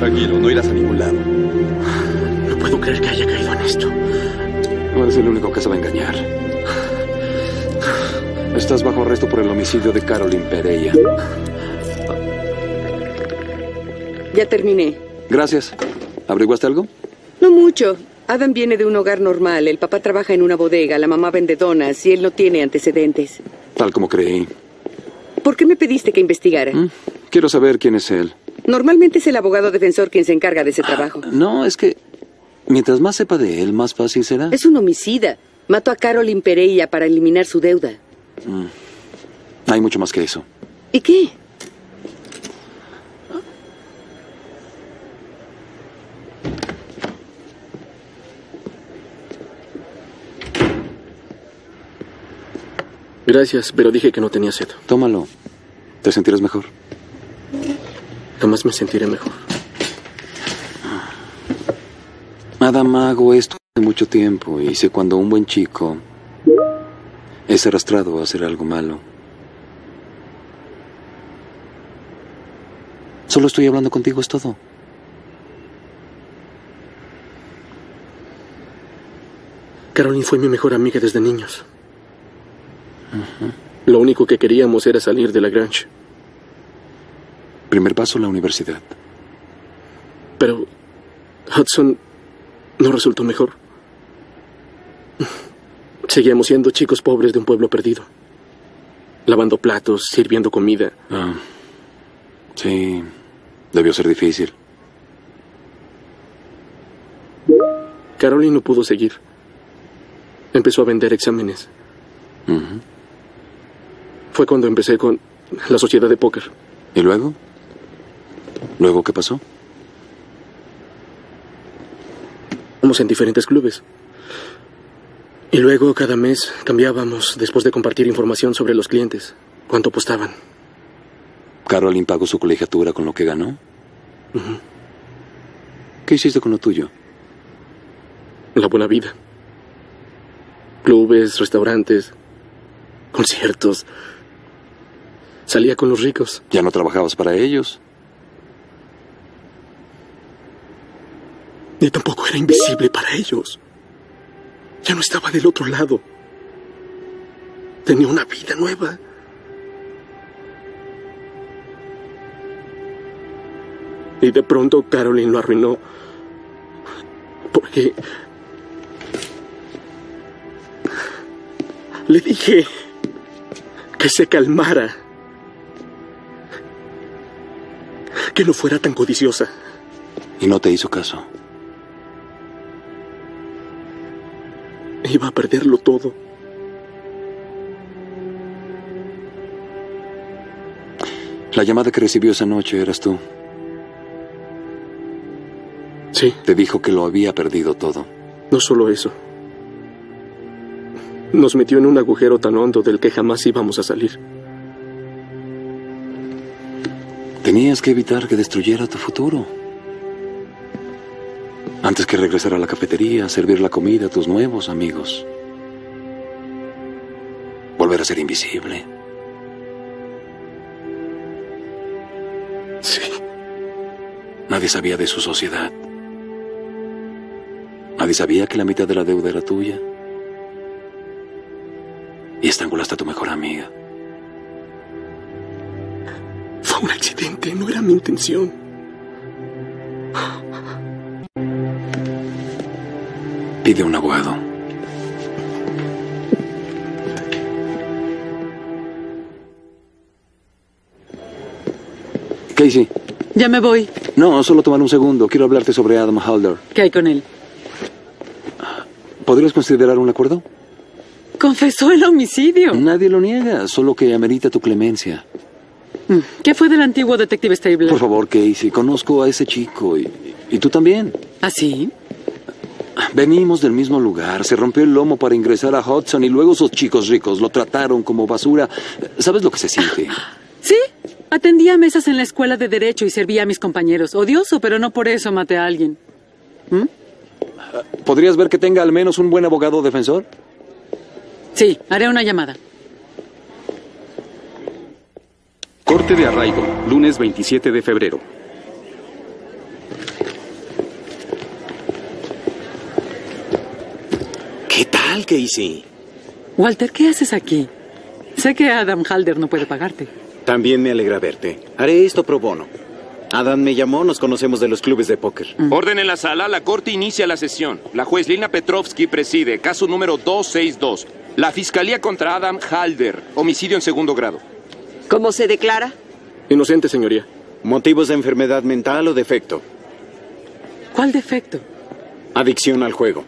[SPEAKER 27] Tranquilo, no irás a ningún lado.
[SPEAKER 12] No puedo creer que haya caído en esto.
[SPEAKER 3] No eres el único que se va a engañar. Estás bajo arresto por el homicidio de Caroline Pereira.
[SPEAKER 6] Ya terminé.
[SPEAKER 3] Gracias. ¿Averiguaste algo?
[SPEAKER 6] No mucho. Adam viene de un hogar normal. El papá trabaja en una bodega, la mamá vende donas y él no tiene antecedentes.
[SPEAKER 3] Tal como creí.
[SPEAKER 6] ¿Por qué me pediste que investigara?
[SPEAKER 3] Quiero saber quién es él.
[SPEAKER 6] Normalmente es el abogado defensor quien se encarga de ese trabajo.
[SPEAKER 3] No, es que mientras más sepa de él, más fácil será.
[SPEAKER 6] Es un homicida. Mató a Caroline Pereira para eliminar su deuda.
[SPEAKER 3] Mm. Hay mucho más que eso.
[SPEAKER 13] ¿Y qué?
[SPEAKER 12] Gracias, pero dije que no tenía sed.
[SPEAKER 3] Tómalo. ¿Te sentirás mejor?
[SPEAKER 12] Jamás me sentiré mejor.
[SPEAKER 3] Adam, hago esto hace mucho tiempo y sé cuando un buen chico es arrastrado a hacer algo malo. Solo estoy hablando contigo, es todo.
[SPEAKER 12] Caroline fue mi mejor amiga desde niños. Lo único que queríamos era salir de la Grange.
[SPEAKER 3] Primer paso, la universidad.
[SPEAKER 12] Pero Hudson no resultó mejor. <laughs> Seguíamos siendo chicos pobres de un pueblo perdido. Lavando platos, sirviendo comida.
[SPEAKER 3] Ah, sí, debió ser difícil.
[SPEAKER 12] Caroline no pudo seguir. Empezó a vender exámenes.
[SPEAKER 3] Ujú.
[SPEAKER 12] Fue cuando empecé con la sociedad de póker.
[SPEAKER 3] ¿Y luego? ¿Luego qué pasó?
[SPEAKER 12] Íbamos en diferentes clubes. Y luego cada mes cambiábamos después de compartir información sobre los clientes, cuánto apostaban.
[SPEAKER 3] Caroline pagó su colegiatura con lo que ganó.
[SPEAKER 12] Ujú.
[SPEAKER 3] ¿Qué hiciste con lo tuyo?
[SPEAKER 12] La buena vida. Clubes, restaurantes, conciertos. Salía con los ricos.
[SPEAKER 3] Ya no trabajabas para ellos.
[SPEAKER 12] Ni tampoco era invisible para ellos. Ya no estaba del otro lado. Tenía una vida nueva. Y de pronto Caroline lo arruinó. Porque... Le dije que se calmara. Que no fuera tan codiciosa.
[SPEAKER 3] Y no te hizo caso.
[SPEAKER 12] Iba a perderlo todo.
[SPEAKER 3] La llamada que recibió esa noche eras tú.
[SPEAKER 12] Sí.
[SPEAKER 3] Te dijo que lo había perdido todo.
[SPEAKER 12] No solo eso. Nos metió en un agujero tan hondo del que jamás íbamos a salir.
[SPEAKER 3] Tenías que evitar que destruyera tu futuro. Antes que regresar a la cafetería a servir la comida a tus nuevos amigos. Volver a ser invisible.
[SPEAKER 12] Sí.
[SPEAKER 3] Nadie sabía de su sociedad. Nadie sabía que la mitad de la deuda era tuya. Y estrangulaste a tu mejor amiga.
[SPEAKER 12] Fue un accidente, no era mi intención.
[SPEAKER 3] Pide un abogado. Casey,
[SPEAKER 28] Ya me voy.
[SPEAKER 3] no, solo tomar un segundo. Quiero hablarte sobre Adam Halder.
[SPEAKER 28] ¿Qué hay con él?
[SPEAKER 3] ¿Podrías considerar un acuerdo?
[SPEAKER 28] Confesó el homicidio.
[SPEAKER 3] Nadie lo niega, solo que amerita tu clemencia.
[SPEAKER 28] Mm, ¿Qué fue del antiguo detective Stabler?
[SPEAKER 3] Por favor, Casey, conozco a ese chico y, y tú también.
[SPEAKER 28] ¿Ah, sí?
[SPEAKER 3] Venimos del mismo lugar. Se rompió el lomo para ingresar a Hudson y luego esos chicos ricos lo trataron como basura. ¿Sabes lo que se
[SPEAKER 28] <gasps>
[SPEAKER 3] siente?
[SPEAKER 28] Sí. Atendía mesas en la escuela de derecho y servía a mis compañeros. Odioso, pero no por eso maté a alguien.
[SPEAKER 3] ¿Podrías ver que tenga al menos un buen abogado defensor?
[SPEAKER 28] Sí, haré una llamada.
[SPEAKER 1] Corte de arraigo, lunes 27 de febrero.
[SPEAKER 29] ¿Qué tal, Casey?
[SPEAKER 28] Walter, ¿qué haces aquí? Sé que Adam Halder no puede pagarte.
[SPEAKER 29] También me alegra verte. Haré esto pro bono. Adam me llamó, nos conocemos de los clubes de póker.
[SPEAKER 12] Mm.
[SPEAKER 14] Orden en la sala, la corte inicia la sesión. La juez Lina Petrovsky preside, caso número 262. La fiscalía contra Adam Halder, homicidio en segundo grado.
[SPEAKER 29] ¿Cómo se declara?
[SPEAKER 12] Inocente, señoría.
[SPEAKER 29] ¿Motivos de enfermedad mental o defecto?
[SPEAKER 28] ¿Cuál defecto?
[SPEAKER 29] Adicción al juego.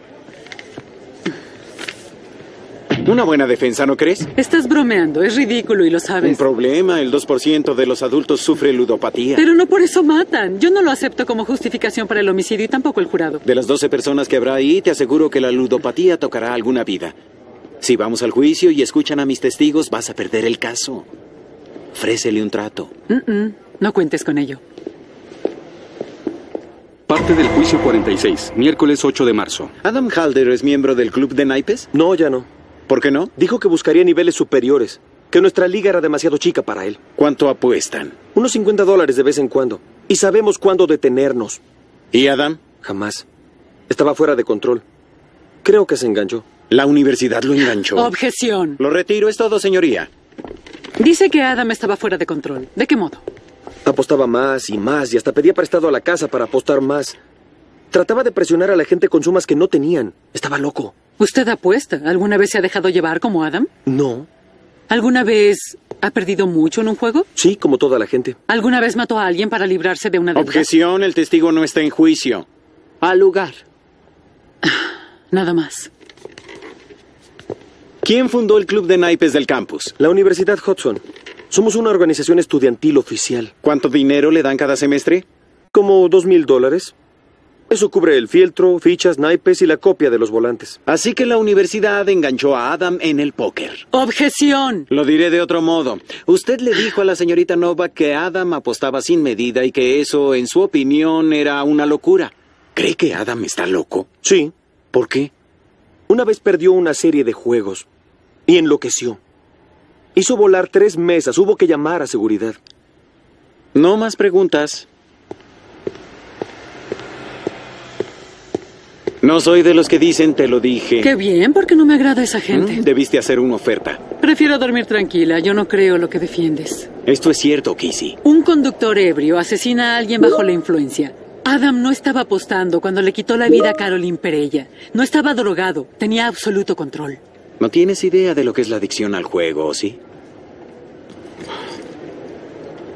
[SPEAKER 29] Una buena defensa, ¿no crees?
[SPEAKER 28] Estás bromeando, es ridículo y lo
[SPEAKER 29] Un
[SPEAKER 28] sabes.
[SPEAKER 29] problema, el 2% de los adultos sufre ludopatía.
[SPEAKER 28] Pero no por eso matan. Yo no lo acepto como justificación para el homicidio y tampoco el jurado.
[SPEAKER 29] De las 12 personas que habrá ahí, te aseguro que la ludopatía tocará alguna vida. Si vamos al juicio y escuchan a mis testigos, vas a perder el caso. Ofrécele un trato.
[SPEAKER 28] Mm-mm, no cuentes con ello.
[SPEAKER 1] Parte del juicio 46, miércoles 8 de marzo.
[SPEAKER 27] ¿Adam Halder es miembro del club de naipes? No, ya no. ¿Por qué no? Dijo que buscaría niveles superiores, que nuestra liga era demasiado chica para él.
[SPEAKER 29] ¿Cuánto apuestan?
[SPEAKER 27] Unos 50 dólares de vez en cuando. Y sabemos cuándo detenernos.
[SPEAKER 29] ¿Y Adam?
[SPEAKER 27] Jamás. Estaba fuera de control. Creo que se enganchó.
[SPEAKER 29] La universidad lo enganchó.
[SPEAKER 28] Objeción.
[SPEAKER 29] Lo retiro, es todo, señoría.
[SPEAKER 28] Dice que Adam estaba fuera de control. ¿De qué modo?
[SPEAKER 27] Apostaba más y más y hasta pedía prestado a la casa para apostar más. Trataba de presionar a la gente con sumas que no tenían. Estaba loco.
[SPEAKER 28] ¿Usted apuesta? ¿Alguna vez se ha dejado llevar como Adam?
[SPEAKER 27] No.
[SPEAKER 28] ¿Alguna vez ha perdido mucho en un juego?
[SPEAKER 27] Sí, como toda la gente.
[SPEAKER 28] ¿Alguna vez mató a alguien para librarse de una deuda?
[SPEAKER 29] Objeción, el testigo no está en juicio. Al lugar.
[SPEAKER 28] Nada más.
[SPEAKER 29] ¿Quién fundó el club de naipes del campus?
[SPEAKER 27] La Universidad Hudson. Somos una organización estudiantil oficial.
[SPEAKER 29] ¿Cuánto dinero le dan cada semestre?
[SPEAKER 27] Como dos mil dólares. Eso cubre el fieltro, fichas, naipes y la copia de los volantes.
[SPEAKER 29] Así que la universidad enganchó a Adam en el póker.
[SPEAKER 28] Objeción.
[SPEAKER 29] Lo diré de otro modo. Usted le dijo a la señorita Nova que Adam apostaba sin medida y que eso, en su opinión, era una locura. ¿Cree que Adam está loco?
[SPEAKER 27] Sí.
[SPEAKER 29] ¿Por qué?
[SPEAKER 27] Una vez perdió una serie de juegos y enloqueció. Hizo volar tres mesas, hubo que llamar a seguridad.
[SPEAKER 29] No más preguntas. No soy de los que dicen te lo dije.
[SPEAKER 28] Qué bien, porque no me agrada esa gente.
[SPEAKER 29] Mm, Debiste hacer una oferta.
[SPEAKER 28] Prefiero dormir tranquila, yo no creo lo que defiendes.
[SPEAKER 29] Esto es cierto, Kissy.
[SPEAKER 28] Un conductor ebrio asesina a alguien bajo la influencia. Adam no estaba apostando cuando le quitó la vida a Caroline Perella. No estaba drogado, tenía absoluto control.
[SPEAKER 29] No tienes idea de lo que es la adicción al juego, ¿o sí?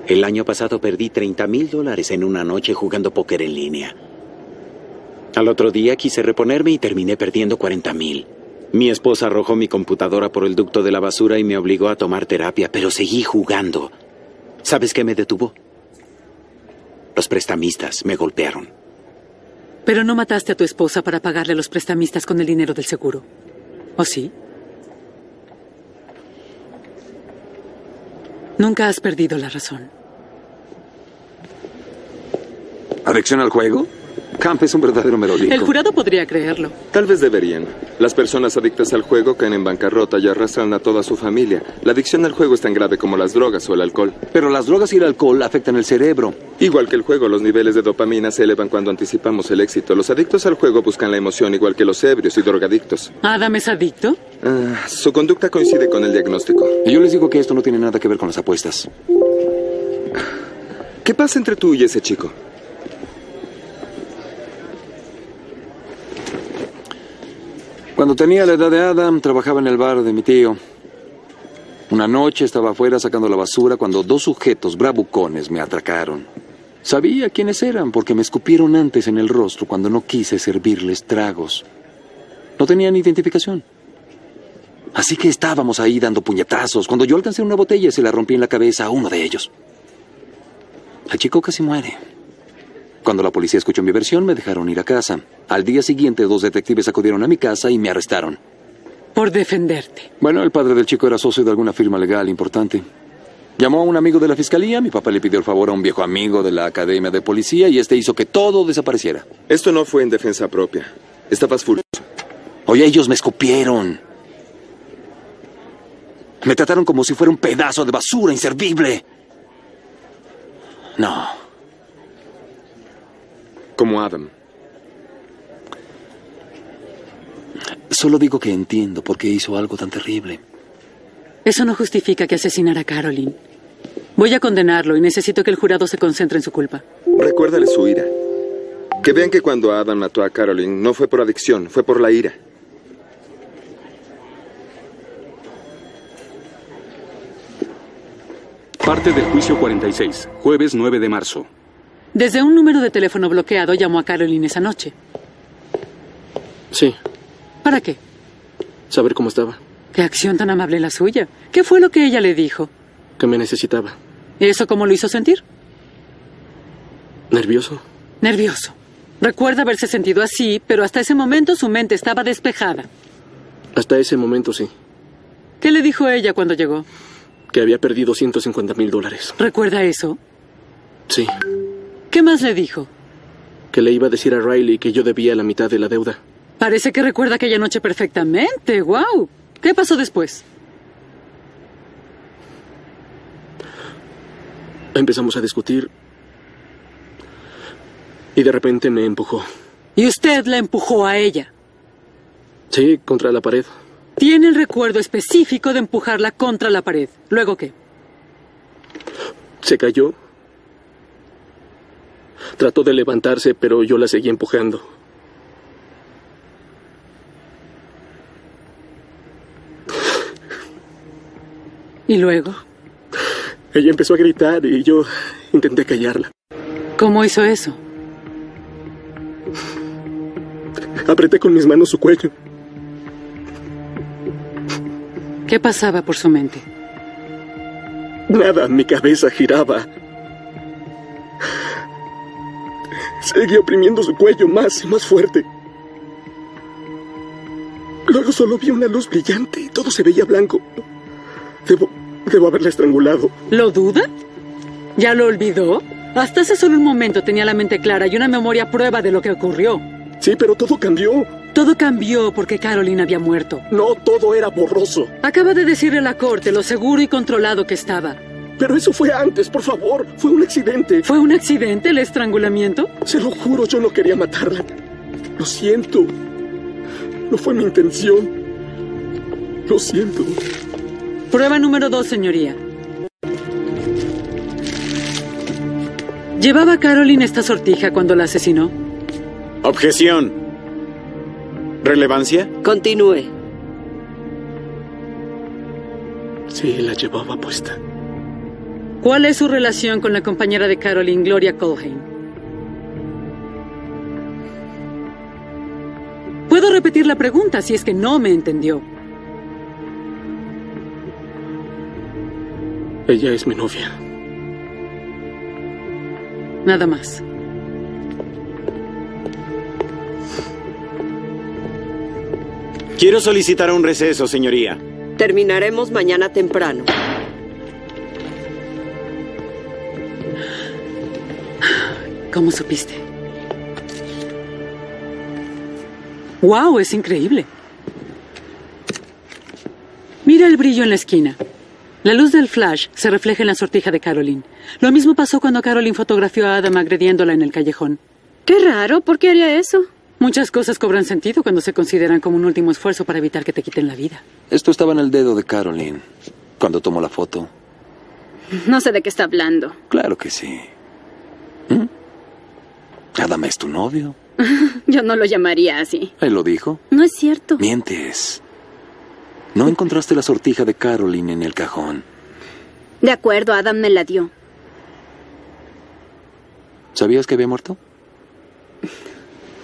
[SPEAKER 29] El año pasado perdí 30 mil dólares en una noche jugando póker en línea. Al otro día quise reponerme y terminé perdiendo 40 mil. Mi esposa arrojó mi computadora por el ducto de la basura y me obligó a tomar terapia, pero seguí jugando. ¿Sabes qué me detuvo? Los prestamistas me golpearon.
[SPEAKER 28] Pero no mataste a tu esposa para pagarle a los prestamistas con el dinero del seguro. ¿O sí? Nunca has perdido la razón.
[SPEAKER 27] ¿Adicción al juego? Camp es un verdadero merolico.
[SPEAKER 28] El jurado podría creerlo.
[SPEAKER 27] Tal vez deberían. Las personas adictas al juego caen en bancarrota y arrastran a toda su familia. La adicción al juego es tan grave como las drogas o el alcohol. Pero las drogas y el alcohol afectan el cerebro. Igual que el juego, los niveles de dopamina se elevan cuando anticipamos el éxito. Los adictos al juego buscan la emoción igual que los ebrios y drogadictos.
[SPEAKER 28] ¿Adam es adicto?
[SPEAKER 27] Ah, su conducta coincide con el diagnóstico.
[SPEAKER 3] Y yo les digo que esto no tiene nada que ver con las apuestas.
[SPEAKER 27] ¿Qué pasa entre tú y ese chico?
[SPEAKER 3] Cuando tenía la edad de Adam, trabajaba en el bar de mi tío. Una noche estaba afuera sacando la basura cuando dos sujetos bravucones me atracaron. Sabía quiénes eran porque me escupieron antes en el rostro cuando no quise servirles tragos. No tenían identificación. Así que estábamos ahí dando puñetazos cuando yo alcancé una botella y se la rompí en la cabeza a uno de ellos. El chico casi muere. Cuando la policía escuchó mi versión, me dejaron ir a casa. Al día siguiente, dos detectives acudieron a mi casa y me arrestaron.
[SPEAKER 28] Por defenderte.
[SPEAKER 3] Bueno, el padre del chico era socio de alguna firma legal importante. Llamó a un amigo de la fiscalía, mi papá le pidió el favor a un viejo amigo de la academia de policía y este hizo que todo desapareciera.
[SPEAKER 27] Esto no fue en defensa propia. Estabas furioso.
[SPEAKER 3] Oye, ellos me escupieron. Me trataron como si fuera un pedazo de basura inservible. No.
[SPEAKER 27] Como Adam.
[SPEAKER 3] Solo digo que entiendo por qué hizo algo tan terrible.
[SPEAKER 28] Eso no justifica que asesinara a Caroline. Voy a condenarlo y necesito que el jurado se concentre en su culpa.
[SPEAKER 27] Recuérdale su ira. Que vean que cuando Adam mató a Caroline no fue por adicción, fue por la ira.
[SPEAKER 1] Parte del juicio 46, jueves 9 de marzo.
[SPEAKER 28] Desde un número de teléfono bloqueado llamó a Caroline esa noche.
[SPEAKER 12] Sí,
[SPEAKER 28] ¿Para qué?
[SPEAKER 12] saber cómo estaba.
[SPEAKER 28] Qué acción tan amable la suya. ¿Qué fue lo que ella le dijo?
[SPEAKER 12] Que me necesitaba.
[SPEAKER 28] ¿Eso cómo lo hizo sentir?
[SPEAKER 12] ¿Nervioso?
[SPEAKER 28] Nervioso. Recuerda haberse sentido así, pero hasta ese momento su mente estaba despejada.
[SPEAKER 12] Hasta ese momento sí.
[SPEAKER 28] ¿Qué le dijo ella cuando llegó?
[SPEAKER 12] Que había perdido 150 mil dólares.
[SPEAKER 28] ¿Recuerda eso?
[SPEAKER 12] Sí.
[SPEAKER 28] ¿Qué más le dijo?
[SPEAKER 12] Que le iba a decir a Riley que yo debía la mitad de la deuda.
[SPEAKER 28] Parece que recuerda aquella noche perfectamente. ¡Wow! ¿Qué pasó después?
[SPEAKER 12] Empezamos a discutir. Y de repente me empujó.
[SPEAKER 28] Y usted la empujó a ella.
[SPEAKER 12] Sí, contra la pared.
[SPEAKER 28] Tiene el recuerdo específico de empujarla contra la pared. ¿Luego qué?
[SPEAKER 12] Se cayó. Trató de levantarse, pero yo la seguí empujando.
[SPEAKER 28] ¿Y luego?
[SPEAKER 12] Ella empezó a gritar y yo intenté callarla.
[SPEAKER 28] ¿Cómo hizo eso?
[SPEAKER 12] Apreté con mis manos su cuello.
[SPEAKER 28] ¿Qué pasaba por su mente?
[SPEAKER 12] Nada, mi cabeza giraba. Seguí oprimiendo su cuello más y más fuerte. Luego solo vi una luz brillante y todo se veía blanco. Debo, debo haberla estrangulado.
[SPEAKER 28] ¿Lo duda? ¿Ya lo olvidó? Hasta hace solo un momento tenía la mente clara y una memoria a prueba de lo que ocurrió.
[SPEAKER 12] Sí, pero todo cambió.
[SPEAKER 28] Todo cambió porque Caroline había muerto.
[SPEAKER 12] No, todo era borroso.
[SPEAKER 28] Acaba de decirle a la corte lo seguro y controlado que estaba.
[SPEAKER 12] Pero eso fue antes, por favor. Fue un accidente.
[SPEAKER 28] ¿Fue un accidente el estrangulamiento?
[SPEAKER 12] Se lo juro, yo no quería matarla. Lo siento. No fue mi intención. Lo siento.
[SPEAKER 28] Prueba número dos, señoría. ¿Llevaba Caroline esta sortija cuando la asesinó?
[SPEAKER 29] Objeción. ¿Relevancia?
[SPEAKER 4] Continúe.
[SPEAKER 12] Sí, la llevaba puesta.
[SPEAKER 28] ¿Cuál es su relación con la compañera de Caroline, Gloria Colheim? Puedo repetir la pregunta si es que no me entendió.
[SPEAKER 12] Ella es mi novia.
[SPEAKER 28] Nada más.
[SPEAKER 29] Quiero solicitar un receso, señoría.
[SPEAKER 4] Terminaremos mañana temprano.
[SPEAKER 28] ¿Cómo supiste? ¡Wow! Es increíble. Mira el brillo en la esquina. La luz del flash se refleja en la sortija de Caroline. Lo mismo pasó cuando Caroline fotografió a Adam agrediéndola en el callejón.
[SPEAKER 11] Qué raro, ¿por qué haría eso?
[SPEAKER 28] Muchas cosas cobran sentido cuando se consideran como un último esfuerzo para evitar que te quiten la vida.
[SPEAKER 3] Esto estaba en el dedo de Caroline cuando tomó la foto.
[SPEAKER 11] No sé de qué está hablando.
[SPEAKER 3] Claro que sí. ¿Mm? Adam es tu novio.
[SPEAKER 11] Yo no lo llamaría así.
[SPEAKER 3] Él lo dijo.
[SPEAKER 11] No es cierto.
[SPEAKER 3] Mientes. No encontraste la sortija de Caroline en el cajón.
[SPEAKER 11] De acuerdo, Adam me la dio.
[SPEAKER 3] ¿Sabías que había muerto?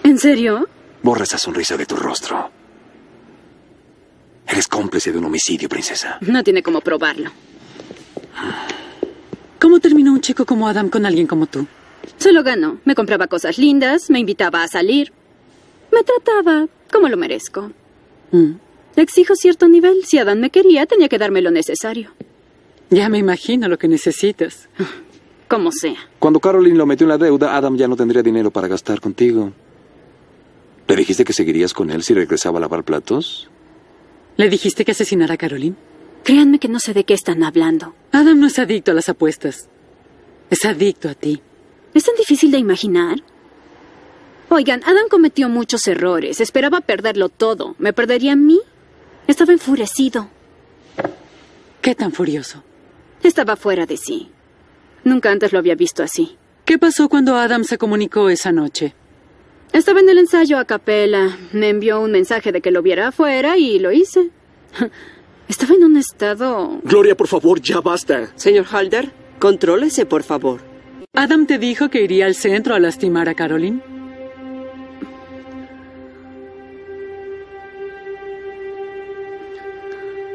[SPEAKER 11] ¿En serio?
[SPEAKER 3] Borra esa sonrisa de tu rostro. Eres cómplice de un homicidio, princesa.
[SPEAKER 11] No tiene cómo probarlo.
[SPEAKER 28] ¿Cómo terminó un chico como Adam con alguien como tú?
[SPEAKER 11] Se lo ganó. Me compraba cosas lindas, me invitaba a salir. Me trataba como lo merezco.
[SPEAKER 28] Mm,
[SPEAKER 11] Exijo cierto nivel. Si Adán me quería, tenía que darme lo necesario.
[SPEAKER 28] Ya me imagino lo que necesitas.
[SPEAKER 11] Como sea.
[SPEAKER 3] Cuando Caroline lo metió en la deuda, Adam ya no tendría dinero para gastar contigo. ¿Le dijiste que seguirías con él si regresaba a lavar platos?
[SPEAKER 28] ¿Le dijiste que asesinara a Caroline?
[SPEAKER 11] Créanme que no sé de qué están hablando.
[SPEAKER 28] Adam no es adicto a las apuestas. Es adicto a ti.
[SPEAKER 11] ¿Es tan difícil de imaginar? Oigan, Adam cometió muchos errores. Esperaba perderlo todo. ¿Me perdería a mí? Estaba enfurecido.
[SPEAKER 28] ¿Qué tan furioso?
[SPEAKER 11] Estaba fuera de sí. Nunca antes lo había visto así.
[SPEAKER 28] ¿Qué pasó cuando Adam se comunicó esa noche?
[SPEAKER 11] Estaba en el ensayo a capela. Me envió un mensaje de que lo viera afuera y lo hice. <laughs> Estaba en un estado...
[SPEAKER 12] Gloria, por favor, ya basta.
[SPEAKER 4] Señor Halder, contrólese, por favor.
[SPEAKER 28] ¿Adam te dijo que iría al centro a lastimar a Caroline?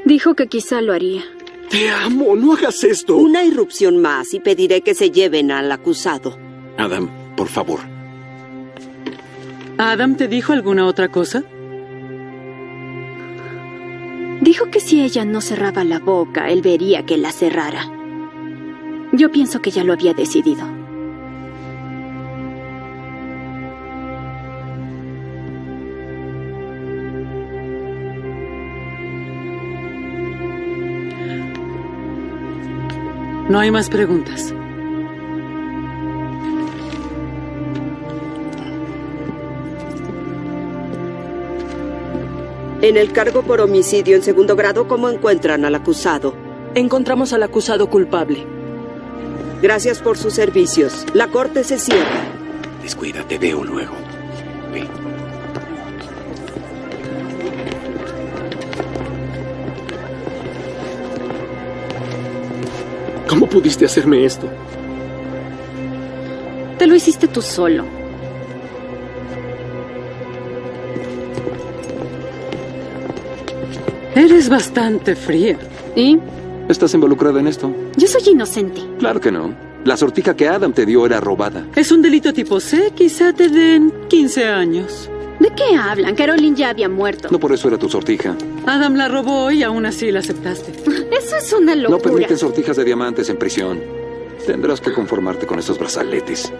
[SPEAKER 11] Dijo que quizá lo haría.
[SPEAKER 30] Te amo, no hagas esto. Una irrupción más y pediré que se lleven al acusado.
[SPEAKER 25] Adam, por favor.
[SPEAKER 28] ¿Adam te dijo alguna otra cosa?
[SPEAKER 11] Dijo que si ella no cerraba la boca, él vería que la cerrara. Yo pienso que ya lo había decidido.
[SPEAKER 28] No hay más preguntas.
[SPEAKER 30] En el cargo por homicidio en segundo grado, ¿cómo encuentran al acusado?
[SPEAKER 31] Encontramos al acusado culpable.
[SPEAKER 30] Gracias por sus servicios. La corte se cierra.
[SPEAKER 25] Descuida, te veo luego.
[SPEAKER 12] ¿Cómo pudiste hacerme esto?
[SPEAKER 11] Te lo hiciste tú solo.
[SPEAKER 28] Eres bastante fría.
[SPEAKER 11] ¿Y?
[SPEAKER 3] Estás involucrada en esto.
[SPEAKER 11] Yo soy inocente.
[SPEAKER 3] Claro que no. La sortija que Adam te dio era robada.
[SPEAKER 28] Es un delito tipo C, quizá te den 15 años.
[SPEAKER 11] ¿De qué hablan? Caroline ya había muerto.
[SPEAKER 3] No por eso era tu sortija.
[SPEAKER 28] Adam la robó y aún así la aceptaste.
[SPEAKER 11] Eso es una
[SPEAKER 3] No pues,
[SPEAKER 11] locura.
[SPEAKER 3] permiten sortijas de diamantes en prisión. Tendrás que conformarte con estos brazaletes.